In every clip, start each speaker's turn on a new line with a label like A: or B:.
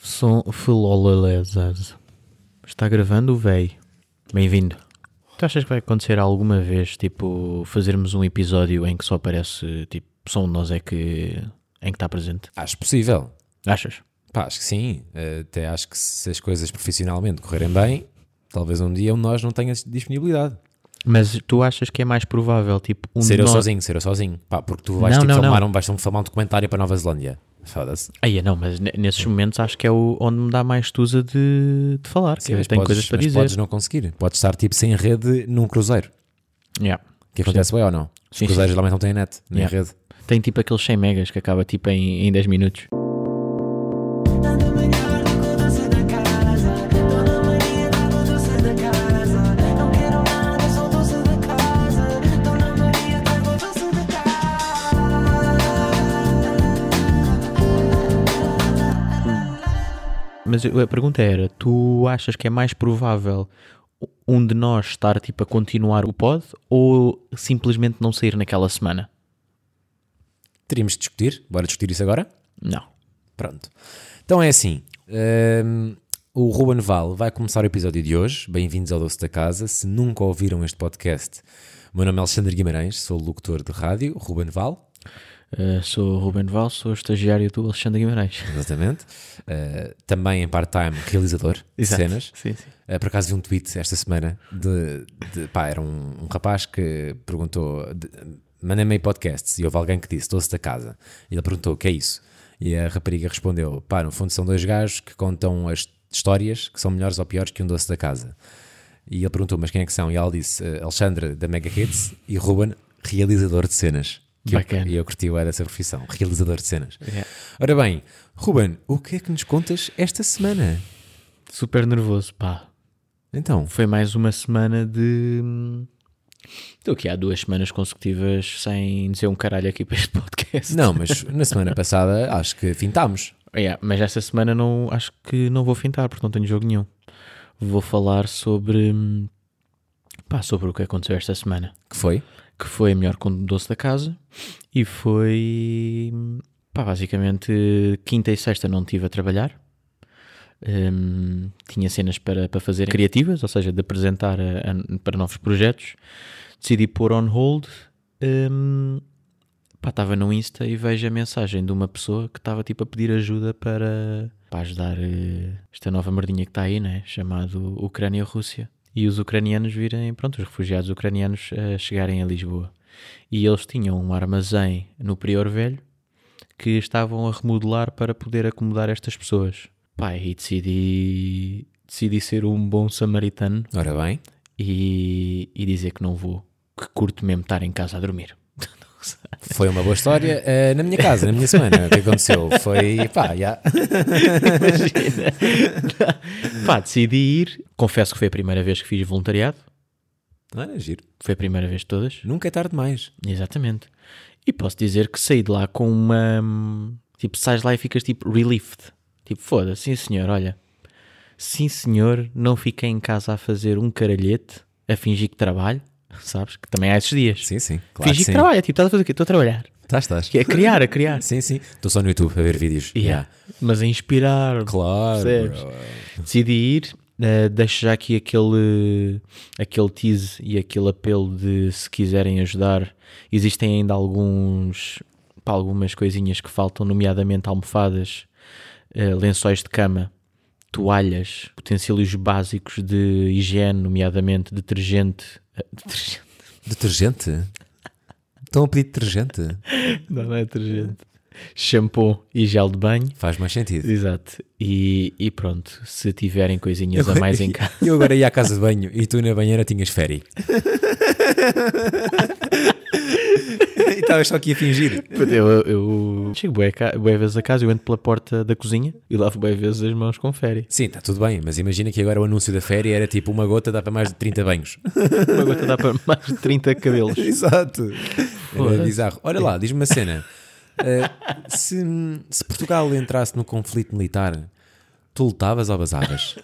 A: Som Filolelezas. Está gravando o véi. Bem-vindo. Tu achas que vai acontecer alguma vez, tipo, fazermos um episódio em que só aparece, tipo, só um de nós é que. em que está presente?
B: Acho possível.
A: Achas?
B: Pá, acho que sim. Eh, Até acho que se as coisas profissionalmente correrem bem, talvez um dia um de nós não tenha disponibilidade.
A: Mas tu achas que é mais provável, tipo, um
B: ser
A: de
B: eu
A: nós.
B: sozinho, ser eu sozinho. Pá, porque tu vais,
A: Não,
B: tipo,
A: não,
B: filmar,
A: não.
B: Um, vais filmar um documentário para Nova Zelândia. Foda-se.
A: Aí, não, mas ne- nesses momentos acho que é o, onde me dá mais tusa de, de falar.
B: Sim,
A: que eu
B: mas
A: tenho
B: podes,
A: coisas para
B: mas
A: dizer.
B: podes não conseguir. Podes estar tipo sem rede num cruzeiro.
A: Yeah.
B: O que acontece bem ou não? Os
A: Sim,
B: cruzeiros geralmente não têm net, nem
A: Yeah.
B: rede.
A: Tem tipo aqueles 100 megas que acaba tipo em, em 10 minutos. Mas eu- a pergunta era: tu achas que é mais provável um de nós estar tipo a continuar o pod ou simplesmente não sair naquela semana?
B: Teríamos de discutir. Bora discutir isso agora?
A: Não.
B: Pronto. Então é assim. hum, o Ruben Val vai começar o episódio de hoje. Bem-vindos ao Doce da Casa. Se nunca ouviram este podcast, o meu nome é Alexandre Guimarães, sou locutor de rádio, Ruben Val.
A: Uh, sou o Ruben Val, sou estagiário do Alexandre Guimarães.
B: Exatamente. Uh, também em part-time realizador de cenas.
A: Sim, sim.
B: Uh, por acaso vi um tweet esta semana de, de- pá, era um, um rapaz que perguntou: de- manda-me aí podcasts. E houve alguém que disse: doce da casa. E ele perguntou: o que é isso? E a rapariga respondeu: pá, no fundo são dois gajos que contam as histórias que são melhores ou piores que um doce da casa. E ele perguntou: mas quem é que são? E ela disse: "Eh, Alexandre da Mega Hits e Ruben, realizador de cenas. Que eu-
A: Bacana.
B: E eu curti o era essa profissão, realizador de cenas.
A: Yeah.
B: Ora bem, Ruben, o que é que nos contas esta semana?
A: Super nervoso, pá.
B: Então,
A: Foi mais uma semana de. hum, Estou aqui há duas semanas consecutivas sem dizer um caralho aqui para este podcast.
B: Não, mas na semana passada acho que fintámos.
A: Yeah, mas esta semana não, acho que não vou fintar porque não tenho jogo nenhum. Vou falar sobre. hum, Pá, sobre o que aconteceu esta semana.
B: Que foi?
A: Que foi a melhor com doce da casa e foi. hum, Pá, basicamente, quinta e sexta não estive a trabalhar. Hum, tinha cenas para, para fazer criativas, ou seja, de apresentar a- a- para novos projetos. Decidi pôr on hold. hum, Pá, estava no Insta e vejo a mensagem de uma pessoa que estava tipo a pedir ajuda para, para ajudar eh, esta nova merdinha que está aí, né? Chamado Ucrânia-Rússia. E os ucranianos virem, pronto, os refugiados ucranianos a chegarem a Lisboa. E eles tinham um armazém no Prior Velho que estavam a remodelar para poder acomodar estas pessoas. Pá, e decidi, decidi ser um bom samaritano
B: Ora bem,
A: e, e dizer que não vou, que curto mesmo estar em casa a dormir.
B: foi uma boa história. Eh, na minha casa, na minha semana, o que aconteceu? Foi, pá, já.
A: Imagina. Pá, decidi ir. Confesso que foi a primeira vez que fiz voluntariado.
B: Não era giro.
A: Foi a primeira vez de todas.
B: Nunca é tarde demais.
A: Exatamente. E posso dizer que saí de lá com uma. Tipo, sais lá e ficas tipo relieved. Tipo, foda-se, sim senhor, olha. Sim senhor, não fiquei em casa a fazer um caralhete, a fingir que trabalho. Sabes? Que também há esses dias.
B: Sim, sim. Claro
A: fingir
B: que
A: que,
B: sim.
A: trabalho, é tipo, estás a fazer o quê? Estou a trabalhar.
B: Estás, estás.
A: Que é criar, a criar.
B: Sim, sim. Estou só no YouTube a ver vídeos.
A: Yeah. Mas a inspirar.
B: Claro.
A: Percebes?
B: bro.
A: decidi ir. eh, deixo já aqui aquele, aquele tease e aquele apelo de se quiserem ajudar, existem ainda alguns pá, algumas coisinhas que faltam, nomeadamente almofadas, eh, lençóis de cama, toalhas, utensílios básicos de higiene, nomeadamente detergente. eh, detergente.
B: Detergente? Estão a pedir detergente?
A: Não, não é detergente. Shampoo e gel de banho.
B: Faz mais sentido.
A: Exato. E, e pronto, se tiverem coisinhas a mais em casa.
B: Eu agora ia à casa de banho e tu na banheira tinhas férias. e estavas só aqui a fingir.
A: Puta, Eu, eu chego bué, ca- bué vezes a casa, eu entro pela porta da cozinha e lavo bué vezes as mãos com férias.
B: Sim, está tudo bem, mas imagina que agora o anúncio da férias era tipo uma gota dá para mais de 30 banhos.
A: Uma gota dá para mais de 30 cabelos.
B: Exato. Era
A: Foda-se.
B: É bizarro. Olha lá, diz-me uma cena. Ah, se, se Portugal entrasse no conflito militar, tu lutavas ou basavas?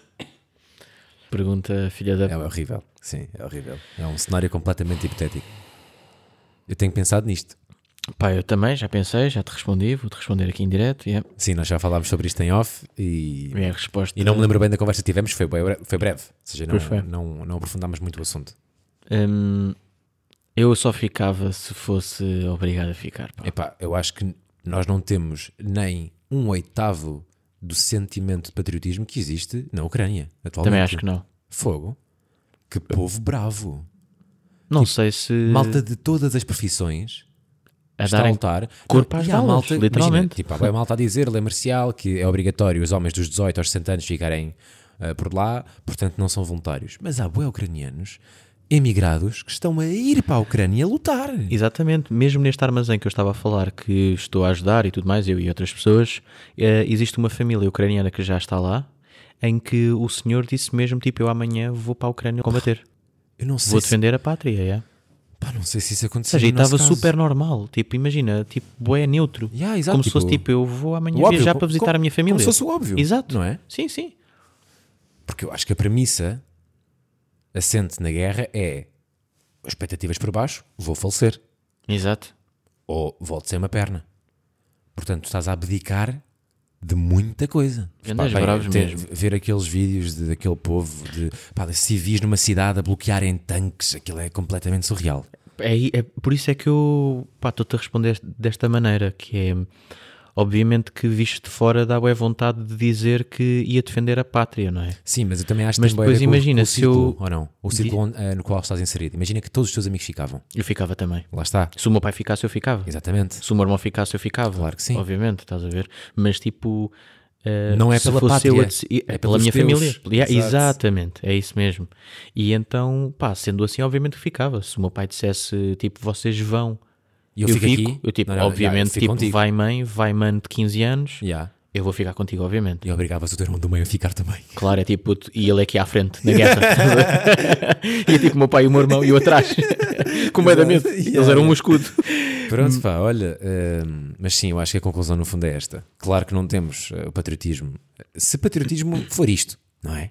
A: Pergunta filha da...
B: É horrível. Sim, é horrível. É um cenário completamente hipotético. Eu tenho pensado nisto.
A: Pá, eu também já pensei, já te respondi, vou-te responder aqui em direto. Yeah.
B: Sim, nós já falámos sobre isto em off e,
A: Minha resposta.
B: e não me lembro bem da conversa que tivemos, foi, bre- foi breve. Ou seja, não,
A: Pois foi.
B: não, não aprofundámos muito o assunto.
A: Hum, eu só ficava se fosse obrigado a ficar. pá.
B: Epá, eu acho que nós não temos nem um oitavo do sentimento de patriotismo que existe na Ucrânia atualmente.
A: Também acho que não.
B: Fogo. Que povo bravo.
A: Não sei se
B: Malta de todas as profissões
A: a
B: está a
A: darem
B: lutar.
A: corpo
B: E
A: às
B: há
A: balas,
B: imagina,
A: literalmente.
B: tipo, há bem malta a dizer, lei marcial, que é obrigatório os homens dos 18 aos 60 anos ficarem ah, por lá, portanto não são voluntários. Mas há bué ucranianos emigrados que estão a ir para a Ucrânia lutar.
A: Exatamente, mesmo neste armazém que eu estava a falar, que estou a ajudar e tudo mais, eu e outras pessoas, eh, existe uma família ucraniana que já está lá, em que o senhor disse mesmo: tipo, eu amanhã vou para a Ucrânia combater,
B: Eu não sei,
A: vou
B: se,
A: defender a pátria. é. Ou
B: pá, não sei se isso aconteceu
A: seja, e
B: no nosso
A: estava
B: caso.
A: super normal, tipo, imagina, tipo, bué neutro.
B: Yeah, exato,
A: como se
B: tipo,
A: fosse tipo, eu vou amanhã
B: o óbvio,
A: viajar
B: co-
A: para visitar
B: co-
A: a minha família.
B: Como se fosse o óbvio.
A: Exato,
B: Não é?
A: Sim, sim.
B: Porque eu acho que a premissa assente na guerra é expectativas por baixo, vou falecer.
A: Exato.
B: Ou volto sem uma perna. Portanto, estás a abdicar de muita coisa.
A: Grandes bravos mesmo.
B: Ver aqueles vídeos de- daquele povo de, pá, de civis numa cidade a bloquearem tanques, aquilo é completamente surreal.
A: É, aí- é por isso é que eu pá, estou-te a responder desta maneira, que é obviamente que visto de fora dá boa vontade de dizer que ia defender a pátria, não é?
B: Sim, mas eu também acho
A: Mas
B: que tem bué a ver
A: depois
B: com o-
A: imagina
B: com o
A: se eu-
B: círculo, ou não, o círculo onde- eh, no qual estás inserido. Imagina que todos os teus amigos ficavam.
A: Eu ficava também.
B: Lá está.
A: Se o meu pai ficasse, eu ficava.
B: Exatamente.
A: Se o meu irmão ficasse, eu ficava.
B: Claro que sim.
A: Obviamente, estás a ver? Mas tipo. eh,
B: Não é
A: se
B: pela
A: fosse
B: pátria,
A: eu a deci-
B: é
A: é, pela
B: pelos
A: minha
B: teus.
A: família. Yeah,
B: Exato.
A: Exatamente, é isso mesmo. E então, pá, sendo assim, obviamente que ficava. Se o meu pai dissesse, tipo, vocês vão,
B: E eu,
A: eu
B: fico, aqui.
A: eu tipo,
B: Não, não, já,
A: obviamente,
B: eu fico
A: tipo,
B: contigo.
A: vai mãe, vai mano de 15 anos,
B: Já.
A: eu vou ficar contigo, obviamente.
B: E obrigavas o teu irmão do meio a ficar também.
A: Claro, é tipo, tu- e ele é aqui à frente, na guerra. e é tipo o meu pai e o meu irmão e eu atrás. Comedamente. Eles eram um escudo.
B: Pronto, pá, olha. hum, mas sim, eu acho que a conclusão no fundo é esta. Claro que não temos eh, o patriotismo. Se patriotismo for isto, não é?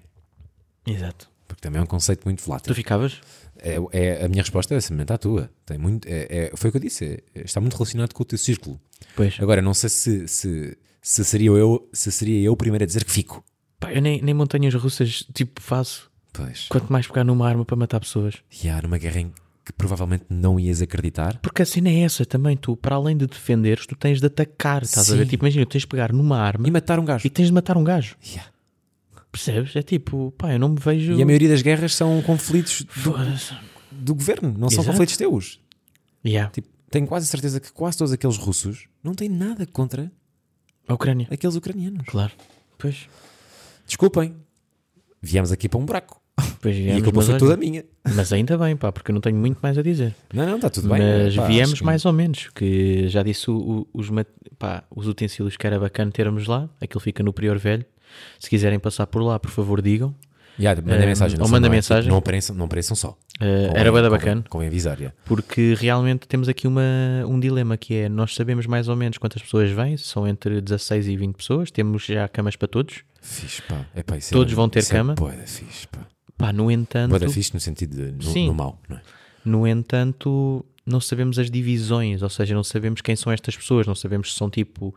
A: Exato.
B: Porque também é um conceito muito volátil.
A: Tu ficavas?
B: É, é- a minha resposta é semelhante à tua. Tem muito, é, é- foi o que eu disse. é- está muito relacionado com o teu círculo.
A: Pois.
B: Agora, não sei se, se, se seria eu se seria eu o primeiro a dizer que fico.
A: Pá, eu nem, nem montanhas russas, tipo, faço.
B: Pois.
A: Quanto mais pegar numa arma para matar pessoas.
B: E há numa guerra em que provavelmente não ias acreditar.
A: Porque a cena é essa também, tu, para além de defenderes, tu tens de atacar, estás a ver?
B: Sim.
A: Tipo, imagina, tu tens de pegar numa arma
B: E matar um gajo.
A: e tens de matar um gajo.
B: Yeah.
A: Percebes? É tipo, pá, eu não me vejo.
B: E a maioria das guerras são conflitos do,
A: Foda-se.
B: do governo, não são
A: Exato.
B: conflitos teus.
A: Yeah.
B: Tipo, tenho quase certeza que quase todos aqueles russos não têm nada contra Tipo-
A: A Ucrânia.
B: aqueles ucranianos.
A: Claro. Pois.
B: Desculpem, viemos aqui para um buraco.
A: Pois é
B: E a
A: viemos,
B: culpa
A: mas
B: foi
A: olha-
B: toda minha.
A: Mas ainda bem, pá, porque eu não tenho muito mais a dizer.
B: Não, não, está tudo bem.
A: Mas
B: Pá, acho
A: viemos
B: que-
A: mais ou menos, que já disse o- o- os, ma- pá, os utensílios que era bacana termos lá, aquilo fica no Prior Velho. Se quiserem passar por lá, por favor, digam.
B: Yeah, manda
A: Eh,
B: mensagem. não
A: ou
B: sei,
A: manda
B: não é?
A: mensagem.
B: Tipo, não, apareçam, não apareçam só.
A: Eh,
B: Convém-
A: era bada
B: convém-
A: bacana,
B: Convém avisar, yeah.
A: porque realmente temos aqui uma, um dilema que é, nós sabemos mais ou menos quantas pessoas vêm, são entre 16 e 20 pessoas, temos já camas para todos.
B: Fixe, pá. Epá, isso é-
A: Todos vão ter
B: isso é
A: cama?
B: Boeda fixe, pá.
A: Pá, no entanto,
B: Boeda fixe no sentido de no,
A: Sim.
B: no mau, não é?
A: No entanto, não sabemos as divisões, ou seja, não sabemos quem são estas pessoas, não sabemos se são tipo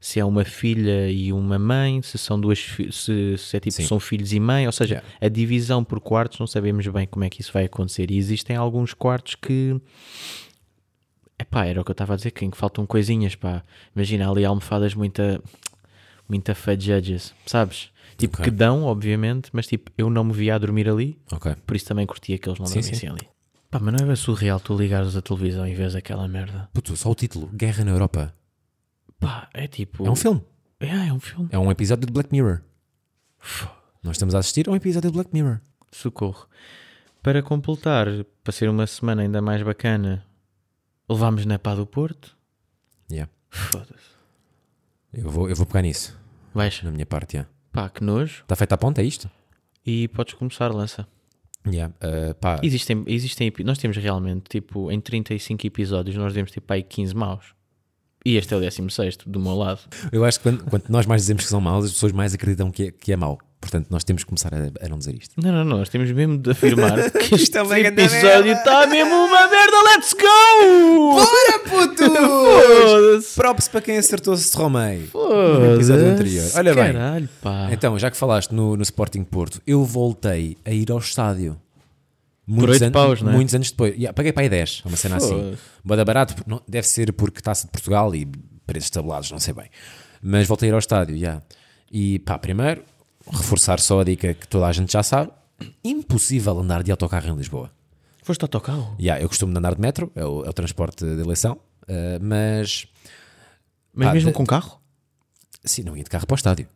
A: se é uma filha e uma mãe, se são duas fi- se, se é tipo
B: Sim.
A: são filhos e mãe, ou seja,
B: Yeah.
A: a divisão por quartos não sabemos bem como é que isso vai acontecer. E existem alguns quartos que Epá, era o que eu estava a dizer, que em que faltam coisinhas, pá. Imagina ali almofadas muita muita fat judges, sabes? Tipo
B: Ok.
A: que dão, obviamente, mas tipo, eu não me via a dormir ali,
B: Ok.
A: por isso também curtia que eles não
B: Sim,
A: dormissem ali. Pá, mas não é bem surreal tu ligares a televisão e vês aquela merda.
B: Puto, só o título, Guerra na Europa.
A: Pá, é tipo.
B: É um filme.
A: É, é um filme.
B: É um episódio de Black Mirror. Nós estamos a assistir a um episódio de Black Mirror.
A: Socorro. Para completar, para ser uma semana ainda mais bacana, levámos na pá do Porto.
B: Yeah.
A: Foda-se.
B: Eu vou, eu vou pegar nisso,
A: Vais.
B: na minha parte. Está
A: Pá, que nojo.
B: feita a ponta, é isto?
A: E podes começar, lança.
B: Yeah. Uh, pá,
A: Existem, existem. epi- Nós temos realmente, tipo, em 35 episódios, nós demos tipo aí 15 maus. E este é o 16 do meu lado.
B: eu acho que quando- quanto nós mais dizemos que são maus, as pessoas mais acreditam que é, que é mau. Portanto, nós temos que começar a, a não dizer isto.
A: Não, não, não, nós temos mesmo de afirmar que este
B: é uma grande
A: episódio
B: merda.
A: está mesmo uma merda, let's go!
B: Bora, puto!
A: Foda-se!
B: Props para quem acertou se Romei.
A: Foda-se,
B: episódio anterior. Olha bem.
A: Caralho, pá.
B: Então, já que falaste no, no Sporting Porto, eu voltei a ir ao estádio.
A: oito
B: an-
A: paus, não é?
B: muitos anos depois. Yeah, paguei para aí 10, uma cena assim.
A: Foda-se.
B: Bada barato, porque não- deve ser porque taça de Portugal e preços tabelados, não sei bem. Mas voltei a ir ao estádio, já. E pá, primeiro, reforçar só a dica que toda a gente já sabe: impossível andar de autocarro em Lisboa. É-
A: Foste autocarro?
B: Yeah, eu costumo andar de metro, é o, é o transporte de eleição, eh, mas
A: Mas
B: Pá,
A: mesmo
B: de-
A: com carro?
B: Sim, Assim, não ia de carro para o estádio.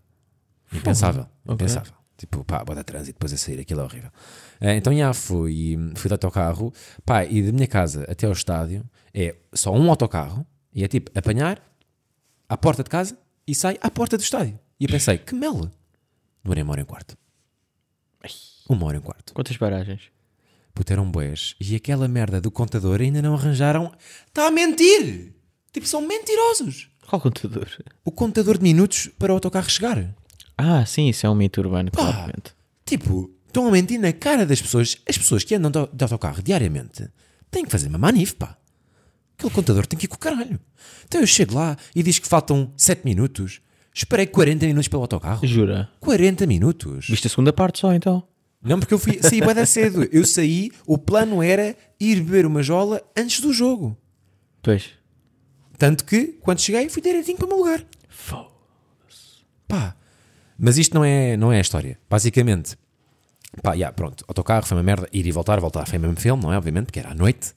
B: Impensável, impensável. Tipo, pá, bota trânsito, depois a sair, aquilo é horrível. Eh, Então, já fui, fui de autocarro, pá, e da minha casa até ao estádio é só um autocarro, e é tipo, apanhar à porta de casa e sai à porta do estádio. E eu pensei, que mel! Demorei uma hora e um quarto. Uma hora e um quarto.
A: Quantas paragens?
B: Puto, eram boés. E aquela merda do contador ainda não arranjaram. Está a mentir! Tipo, são mentirosos!
A: Qual contador?
B: O contador de minutos para o autocarro chegar.
A: Ah, sim, isso é um mito urbano, claramente.
B: Tipo, estão a mentir na cara das pessoas. As pessoas que andam de de autocarro diariamente têm que fazer uma manif, pá. Aquele contador tem que ir com o caralho. Então eu chego lá e diz que faltam 7 minutos. Esperei 40 minutos pelo autocarro.
A: Jura?
B: 40 minutos?
A: Viste a segunda parte só, então?
B: Não, porque eu fui, saí bem cedo. Eu saí, o plano era ir beber uma jola antes do jogo.
A: Pois.
B: Tanto que, quando cheguei, fui direitinho para o meu lugar. Pá. Mas isto não é, não é a história. Basicamente, pá, yeah, pronto, autocarro foi uma merda, ir e voltar, voltar foi o mesmo filme, não é? Obviamente, porque era à noite.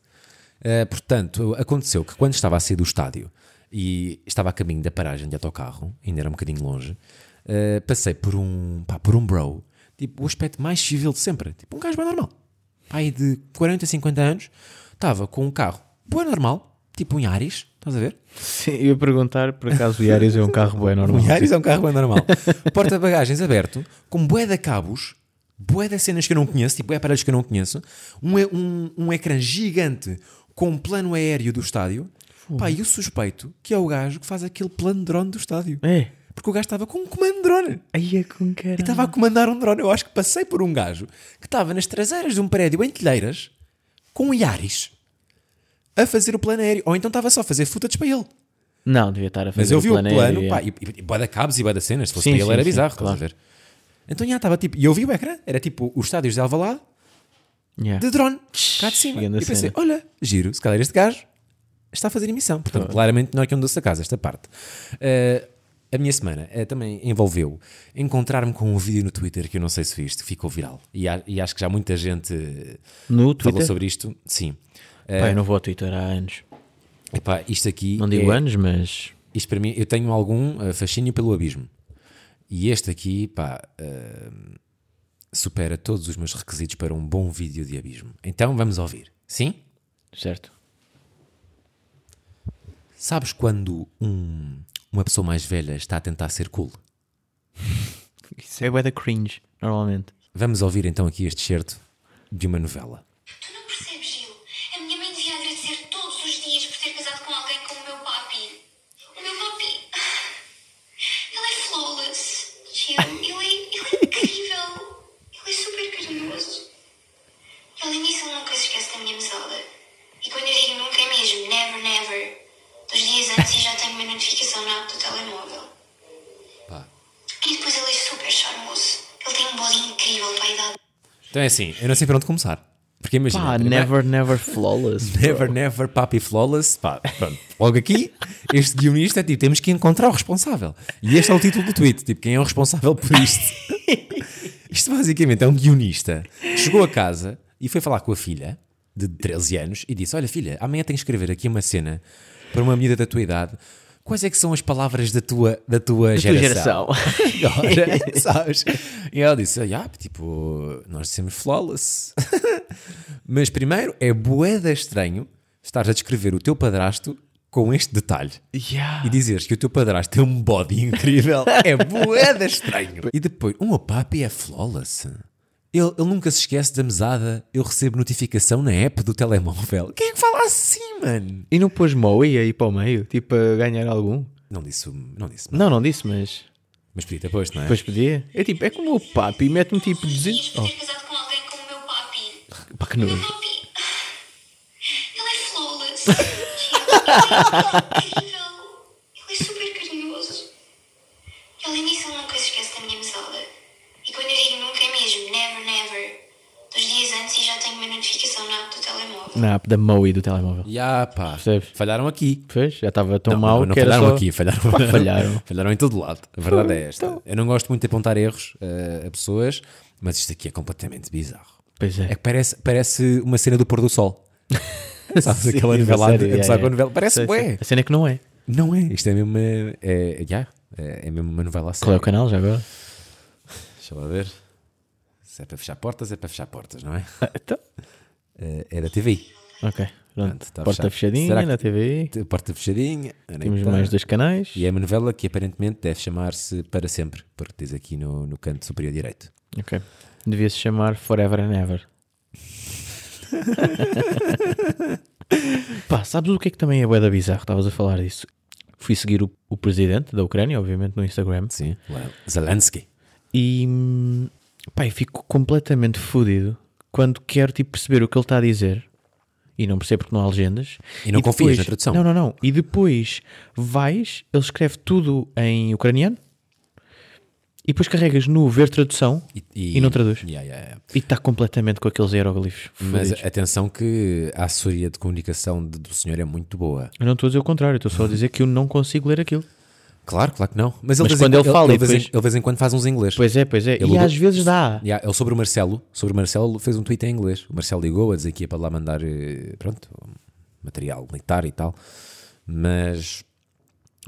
B: Uh, portanto, aconteceu que quando estava a sair do estádio e estava a caminho da paragem de autocarro, ainda era um bocadinho longe, uh, passei por um, pá, por um bro, tipo, o aspecto mais civil de sempre, tipo, um gajo bem normal, pai de 40, 50 anos, estava com um carro, boa normal, tipo um Yaris, estás a ver?
A: Sim, eu ia perguntar, por acaso o Yaris é um carro bem normal.
B: Um Yaris é um carro bem normal. Porta-bagagens aberto, com bué de cabos, bué de cenas que eu não conheço, tipo bué aparelhos que eu não conheço, um, e- um, um ecrã gigante com um plano aéreo do estádio. Pá, e o suspeito que é o gajo que faz aquele plano drone do estádio.
A: É.
B: Porque o gajo estava com um comando drone.
A: Aí é com cara.
B: E estava a comandar um drone. Eu acho que passei por um gajo que estava nas traseiras de um prédio em telheiras com um Yaris a fazer o plano aéreo. Ou então estava só a fazer footage para ele.
A: Não, devia estar a fazer
B: Mas eu vi o plano,
A: aéreo,
B: pá,
A: é.
B: e, e, e bué da cabos e bué da cenas, se fosse
A: Sim,
B: para ele
A: sim,
B: era
A: sim,
B: bizarro, estás
A: claro.
B: a ver? Então já estava tipo, e eu vi o ecrã, era tipo os estádios de Alvalade,
A: Yeah.
B: de drone, cá de cima. E
A: Grande
B: pensei,
A: cena.
B: olha, giro, se calhar este gajo está a fazer emissão. Portanto, claramente não é que eu me doce a casa, esta parte. Eh, a minha semana eh, também envolveu encontrar-me com um vídeo no Twitter que eu não sei se viste, que ficou viral. E, a- e acho que já muita gente eh,
A: No
B: falou É.
A: Twitter.
B: sobre isto. Sim.
A: Pá, eu não vou ao Twitter há anos.
B: Epá, isto aqui.
A: Não digo
B: é-
A: anos, mas.
B: isto para mim, eu tenho algum eh, fascínio pelo abismo. E este aqui, pá, eh, supera todos os meus requisitos para um bom vídeo de abismo. Então vamos ouvir. Sim?
A: Certo.
B: Sabes quando um- uma pessoa mais velha está a tentar ser cool?
A: Isso é bué da cringe, normalmente.
B: Vamos ouvir então aqui este certo de uma novela.
C: Tu não percebes, Gil? A minha mãe devia agradecer todos os dias por ter casado com alguém como o meu papi. O meu papi. Ele é flawless. Gil, ele é, ele é incrível. Ele é super carinhoso. E além disso, ele nunca se esquece da minha mesada. E quando eu digo nunca é mesmo, never, never. Dois dias antes eu já tenho uma notificação na app do telemóvel.
B: Pá.
C: E depois ele é super charmoso. Ele tem um body incrível para a idade.
B: Então é assim, eu não sei para onde começar. Porque imagina.
A: Pá,
B: primeiro-
A: never, never flawless. bro.
B: Never, never, Papi Flawless. Pá, pronto. Logo aqui, este guionista é tipo: temos que encontrar o responsável. E este é o título do tweet: tipo, quem é o responsável por isto? Isto basicamente é um guionista. Chegou a casa e foi falar com a filha, de 13 anos, e disse: Olha, filha, amanhã tenho que escrever aqui uma cena para uma miúda da tua idade. Quais é que são as palavras da tua, da tua
A: Tua
B: geração?
A: geração.
B: Agora, é, sabes? E ela disse: ah, tipo, nós dissemos flawless. Mas primeiro é boeda estranho estares a descrever o teu padrasto com este detalhe.
A: Yeah.
B: E dizeres que o teu padrasto tem um body incrível é boeda estranho. E depois, um papi é flawless. Ele, ele nunca se esquece da mesada. Eu recebo notificação na app do telemóvel. Quem é que fala assim, mano?
A: E não pôs Moe aí para o meio, tipo, a ganhar algum?
B: Não disse, não disse.
A: Não, não disse, mas.
B: Mas podia ter posto, não é?
A: Depois podia. É tipo, é como o papi, mete-me tipo
C: Dias
A: 200.
C: por ter casado com alguém como o meu papi.
A: Oh, pá, que nojo.
C: Papi. Ele é flawless. Ele é incrível. Ele é super carinhoso. Ele é nisso ele nunca se esquece da minha mesada. E quando eu digo nunca é mesmo, never, never. Dois dias antes e já tenho uma notificação na app do telemóvel.
A: Na app da Maui do telemóvel.
B: Ya, pá.
A: Percebes?
B: Falharam aqui.
A: Pois, já estava tão
B: Não,
A: mal
B: Então, não, não
A: que era
B: falharam
A: só...
B: aqui, falharam,
A: Pá, falharam. Então,
B: falharam em todo lado. A verdade é esta. Eu não gosto muito de apontar erros eh, a pessoas, mas isto aqui é completamente bizarro.
A: Pois é.
B: É que parece, parece uma cena do pôr do sol. Sabes,
A: Sim,
B: aquela
A: a
B: novela,
A: sério,
B: antiga,
A: yeah,
B: sabe,
A: yeah.
B: a novela. Parece
A: É, Sei, sei.
B: bué.
A: A cena é que não é.
B: Não é, isto é mesmo, eh, é, yeah, é, é mesmo uma novela a
A: Qual é
B: sério.
A: o canal já agora?
B: Deixa lá ver. Se é para fechar portas, é para fechar portas, não é?
A: Então.
B: Eh, é da TVI.
A: Ok. Pronto.
B: Pronto, tá
A: Porta
B: fechado. Será
A: fechadinha
B: que-
A: na TV.
B: Porta fechadinha.
A: Temos
B: Anitta.
A: mais dois canais.
B: E é uma novela que aparentemente deve chamar-se Para Sempre, porque diz aqui no, no canto superior direito.
A: Ok. Devia-se chamar Forever and Ever. Pá, sabes o que é que também é bué da bizarro? Estavas a falar disso. Fui seguir o, o presidente da Ucrânia, obviamente, no Instagram.
B: Sim. Zelensky.
A: E hum, pá, eu fico completamente fodido quando quero tipo, perceber o que ele está a dizer e não percebo porque não há legendas.
B: E não confias
A: depois-
B: na tradução.
A: Não, não, não. E depois vais, ele escreve tudo em ucraniano e depois carregas no ver tradução e, não traduz.
B: Yeah, yeah, yeah.
A: está tá completamente com aqueles hieróglifos.
B: Mas
A: Mas,
B: atenção que a assessoria de comunicação de- do senhor é muito boa.
A: eu não estou a dizer o contrário, estou só a dizer que eu não consigo ler aquilo.
B: Claro, claro que não. Mas ele,
A: Mas
B: de vez em
A: quando ele
B: quan-
A: fala
B: ele,
A: e
B: de vez em-
A: depois-
B: ele de vez em quando faz uns em inglês.
A: Pois é, pois é. e
B: Ele
A: às
B: do-
A: vezes dá.
B: Yeah, ele sobre o Marcelo, sobre o Marcelo fez um tweet em inglês. O Marcelo ligou a dizer que ia para lá mandar eh, pronto, material militar e tal. Mas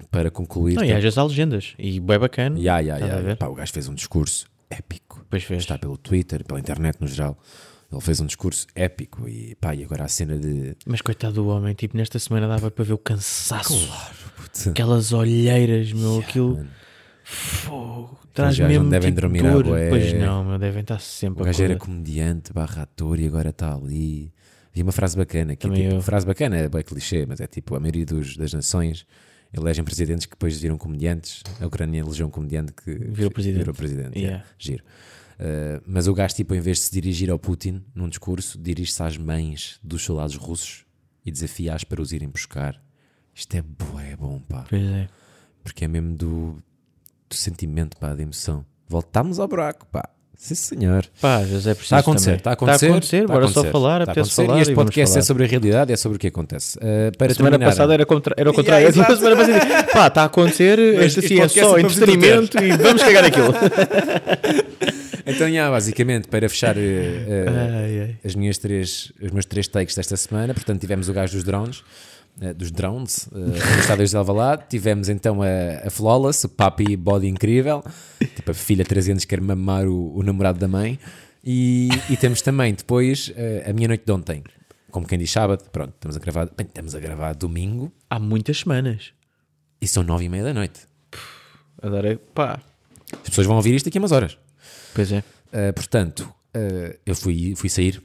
B: para concluir,
A: Não, e às vezes há legendas. E bem bacana.
B: Ya, ya,
A: Estás
B: ya.
A: a ver?
B: Pá, o gajo fez um discurso épico.
A: Pois fez.
B: Está pelo Twitter, pela internet no geral. Ele fez um discurso épico e pá, e agora a cena de.
A: Mas coitado do homem, tipo, nesta semana dava para ver o cansaço.
B: Putz,
A: Aquelas olheiras, meu, aquilo. Fogo. Traz
B: gajos
A: mesmo
B: não devem
A: tipo,
B: dormir à
A: dor.
B: bué.
A: Pois não, meu, devem estar
B: o
A: sempre a
B: gajo era
A: correr.
B: comediante, barra ator e agora está ali. Vi uma frase bacana que é
A: Também
B: tipo,
A: eu.
B: frase bacana, é bem clichê, mas é tipo, a maioria dos- das nações elegem presidentes que depois viram comediantes. A Ucrânia elegeu um comediante que
A: Virou presidente.
B: virou presidente,
A: Ya.
B: é. Giro. Uh, mas o gajo, tipo, em vez de se dirigir ao Putin num discurso, dirige-se às mães dos soldados russos e desafia-as para os irem buscar. Isto é bué bom, pá.
A: Pois é.
B: Porque é mesmo do, do sentimento, pá, da emoção. Voltámos ao buraco, pá. Sim, senhor.
A: Pá, José, preciso.
B: Está Tá a acontecer,
A: também. Tá
B: está a acontecer. está a
A: bora
B: acontecer,
A: só falar,
B: está a
A: apetece
B: acontecer.
A: falar.
B: E este
A: e vamos
B: podcast é
A: falar.
B: sobre a realidade, é sobre o que acontece. Uh, para
A: A semana
B: terminar-
A: passada era, contra, era o contrário.
B: Yeah,
A: a semana passada dizia, pá, está a acontecer, este
B: este
A: assim é
B: podcast
A: só
B: é para vos
A: entretenimento e vamos cagar aquilo.
B: Então, já, basicamente, para fechar uh, uh,
A: Ai, ai.
B: as minhas três, os meus três takes desta semana. Portanto, tivemos o gajo dos drones, eh, dos drones, eh, nos estádios de Alvalade. Tivemos então a, a Flawless, o papi body incrível, tipo a filha 300 quer mamar o, o namorado da mãe. E, e temos também depois eh, a minha noite de ontem. Como quem diz sábado, pronto, estamos a gravar, bem, estamos a gravar domingo
A: Há muitas semanas.
B: e são nove e meia da noite.
A: Adoro, pá.
B: As pessoas vão ouvir isto daqui a umas horas.
A: Pois é.
B: Uh, portanto, uh, eu fui, fui sair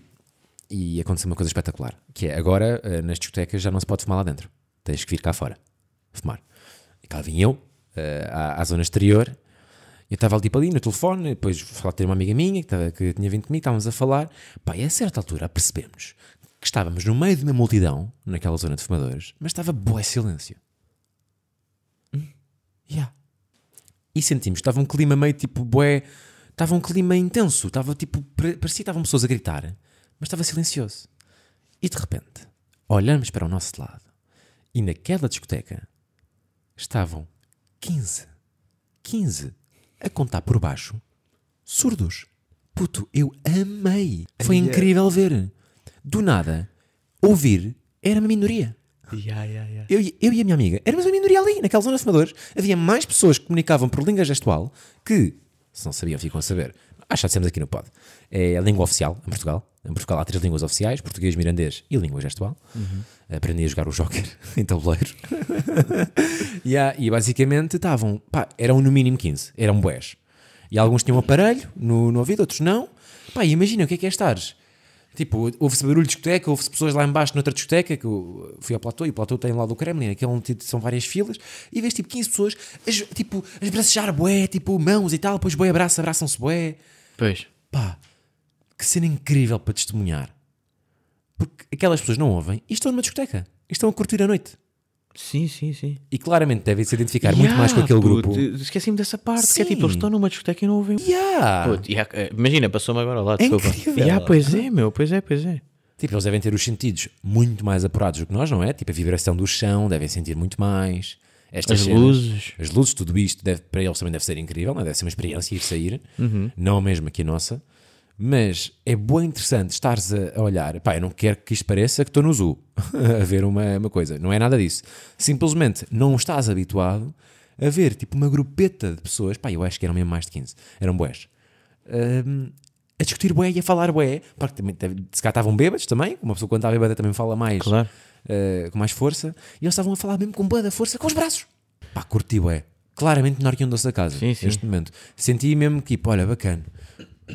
B: e aconteceu uma coisa espetacular, que é agora uh, nas discotecas já não se pode fumar lá dentro. Tens que vir cá fora fumar. E cá vim eu, uh, à, à zona exterior, eu estava tipo ali no telefone, depois falar ter uma amiga minha que, tava- que tinha vindo comigo, estávamos a falar, pá, e a certa altura percebemos que estávamos no meio de uma multidão, naquela zona de fumadores, mas estava boa silêncio. Yeah. E sentimos, estava um clima meio tipo boé estava um clima intenso, estava tipo, pare- parecia que estavam pessoas a gritar, mas estava silencioso. E de repente, olhamos para o nosso lado e naquela discoteca estavam 15, 15 a contar por baixo, surdos. Puto, eu amei. Foi incrível ver. Do nada, ouvir era uma minoria.
A: Yeah, yeah, yeah.
B: Eu, e- eu e a minha amiga éramos uma minoria ali, naquela zona de fumadores. Havia mais pessoas que comunicavam por língua gestual que, se não sabiam, ficam a saber. Acho que já dissemos aqui no pod. É a língua oficial em Portugal. Em Portugal há três línguas oficiais: português, mirandês e língua gestual. Aprendi a jogar o joker em tabuleiro. e, há- e basicamente estavam, pá, eram no mínimo 15, eram boés. E alguns tinham um aparelho no, no ouvido, outros não. Pá, e imagina o que é que é estares. Tipo, ouve-se barulho de discoteca, ouve-se pessoas lá embaixo noutra discoteca, que eu fui ao platô e o platô tem lá do Kremlin, aquele onde t- são várias filas, e vês tipo 15 pessoas, as, tipo, as bracejar bué, tipo, mãos e tal, depois bué abraço, abraçam-se bué.
A: Pois.
B: Pá, que cena incrível para testemunhar. Porque aquelas pessoas não ouvem e estão numa discoteca, e estão a curtir a noite.
A: Sim, sim, sim.
B: E claramente devem se identificar muito mais com aquele grupo.
A: Esqueci-me dessa parte, que é tipo,
B: Sim.
A: eles estão numa discoteca e não ouvem. um.
B: Yeah!
A: Puto, yeah, eh, imagina, passou-me agora lá, desculpa.
B: incrível.
A: Yeah, pois é, meu, pois é, pois é.
B: Tipo, eles devem ter os sentidos muito mais apurados do que nós, não é? Tipo, a vibração do chão, devem sentir muito mais. Estas
A: As
B: cenas-
A: luzes.
B: As luzes, tudo isto, deve- para eles também deve ser incrível, não é? deve ser uma experiência ir sair,
A: Uhum.
B: não a mesma que a nossa. Mas é bem interessante estares a a olhar. Pá, eu não quero que isto pareça que estou no zoo a ver uma, uma coisa. Não é nada disso. Simplesmente não estás habituado a ver tipo uma grupeta de pessoas. Pá, eu acho que eram mesmo mais de 15. Eram boés a discutir bué e a falar bué, porque também, teve- se cá estavam bêbados também, uma pessoa quando está bêbada também fala mais,
A: Claro.
B: eh, com mais força, e eles estavam a falar mesmo com bué da força, com os braços. Pá, curti bué. Claramente menor que um doce da casa,
A: Sim, sim.
B: neste momento. Senti mesmo que, tipo, olha, bacana.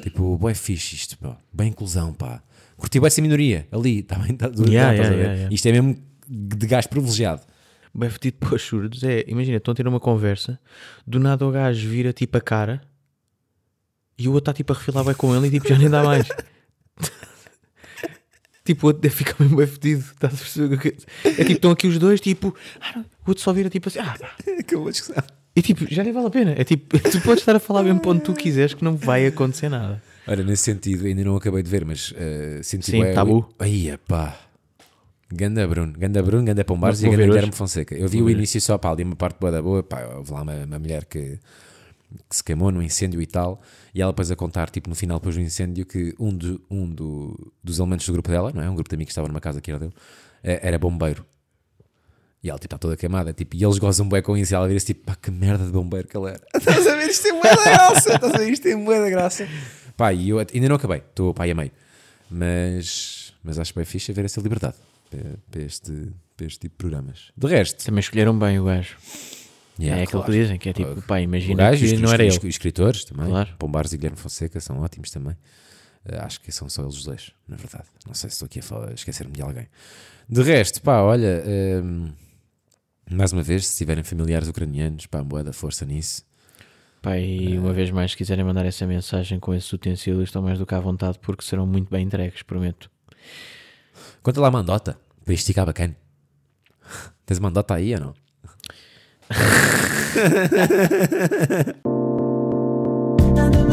B: Tipo, bué fixe isto, pá. Bem inclusão, pá. Curti bué essa minoria, ali, está bem, tá, tá,
A: Yeah,
B: estás a
A: yeah,
B: ver?
A: yeah, yeah.
B: Isto é mesmo de gajo privilegiado.
A: Bem fedido para os surdos. É, imagina, estão a ter uma conversa, do nada o gajo vira tipo a cara e o outro está tipo a refilar bem com ele e tipo já nem dá mais. tipo, o outro deve ficar mesmo bem fedido. Estás a perceber? o que eu quero dizer? É tipo, estão aqui os dois, tipo, ah, o outro só vira tipo assim, ah, pá.
B: Acabou a discussão.
A: e tipo, já nem vale a pena. É tipo, tu podes estar a falar mesmo para onde tu quiseres que não vai acontecer nada.
B: Olha, nesse sentido, ainda não acabei de ver, mas eh, senti
A: Sim,
B: bué-
A: tabu.
B: Aí, pá. Ganda Bruno, Ganda Bruno, Ganda Pombares e
A: Vou
B: Ganda
A: ver hoje.
B: Guilherme Fonseca. Eu vi o início só, pá, ali uma parte boa da boa, pá, houve lá uma, uma mulher que, que se queimou num incêndio e tal, e ela depois a contar, tipo, no final depois do incêndio, que um, do, um do- dos elementos do grupo dela, não é? Um grupo de amigos que estava numa casa que era dele, eh, era bombeiro. E ela, tipo, está toda queimada, tipo, e eles gozam bué com isso, e ela vira-se, tipo, pá, que merda de bombeiro que ela era. Estás a ver, isto tem bué da graça, estás a ver, isto tem bué da graça. Pá, e eu ainda não acabei, estou, pá, e a meio. Mas, mas acho bem fixe haver essa liberdade para, para este, para este tipo de programas. De resto,
A: Também escolheram bem o gajo.
B: yeah,
A: é aquilo
B: Ah, claro.
A: que dizem, que é tipo, pá,
B: O
A: imagina
B: gajo, e
A: que
B: os,
A: não
B: os-
A: era
B: os-
A: ele.
B: os escritores também,
A: Claro.
B: Pombares e Guilherme Fonseca são ótimos também. Eh, acho que são só eles dois, na verdade. Não sei se estou aqui a falar- a esquecer-me de alguém. De resto, pá, olha, ehm, mais uma vez, se tiverem familiares ucranianos, pá, boa da força nisso.
A: Pá,
B: Ah.
A: e uma vez mais, se quiserem mandar essa mensagem com esses utensílios, estão mais do que à vontade, porque serão muito bem entregues, prometo.
B: Conta lá a mandota, para isto ficar bacana. Tens mandota aí ou não?
D: Under my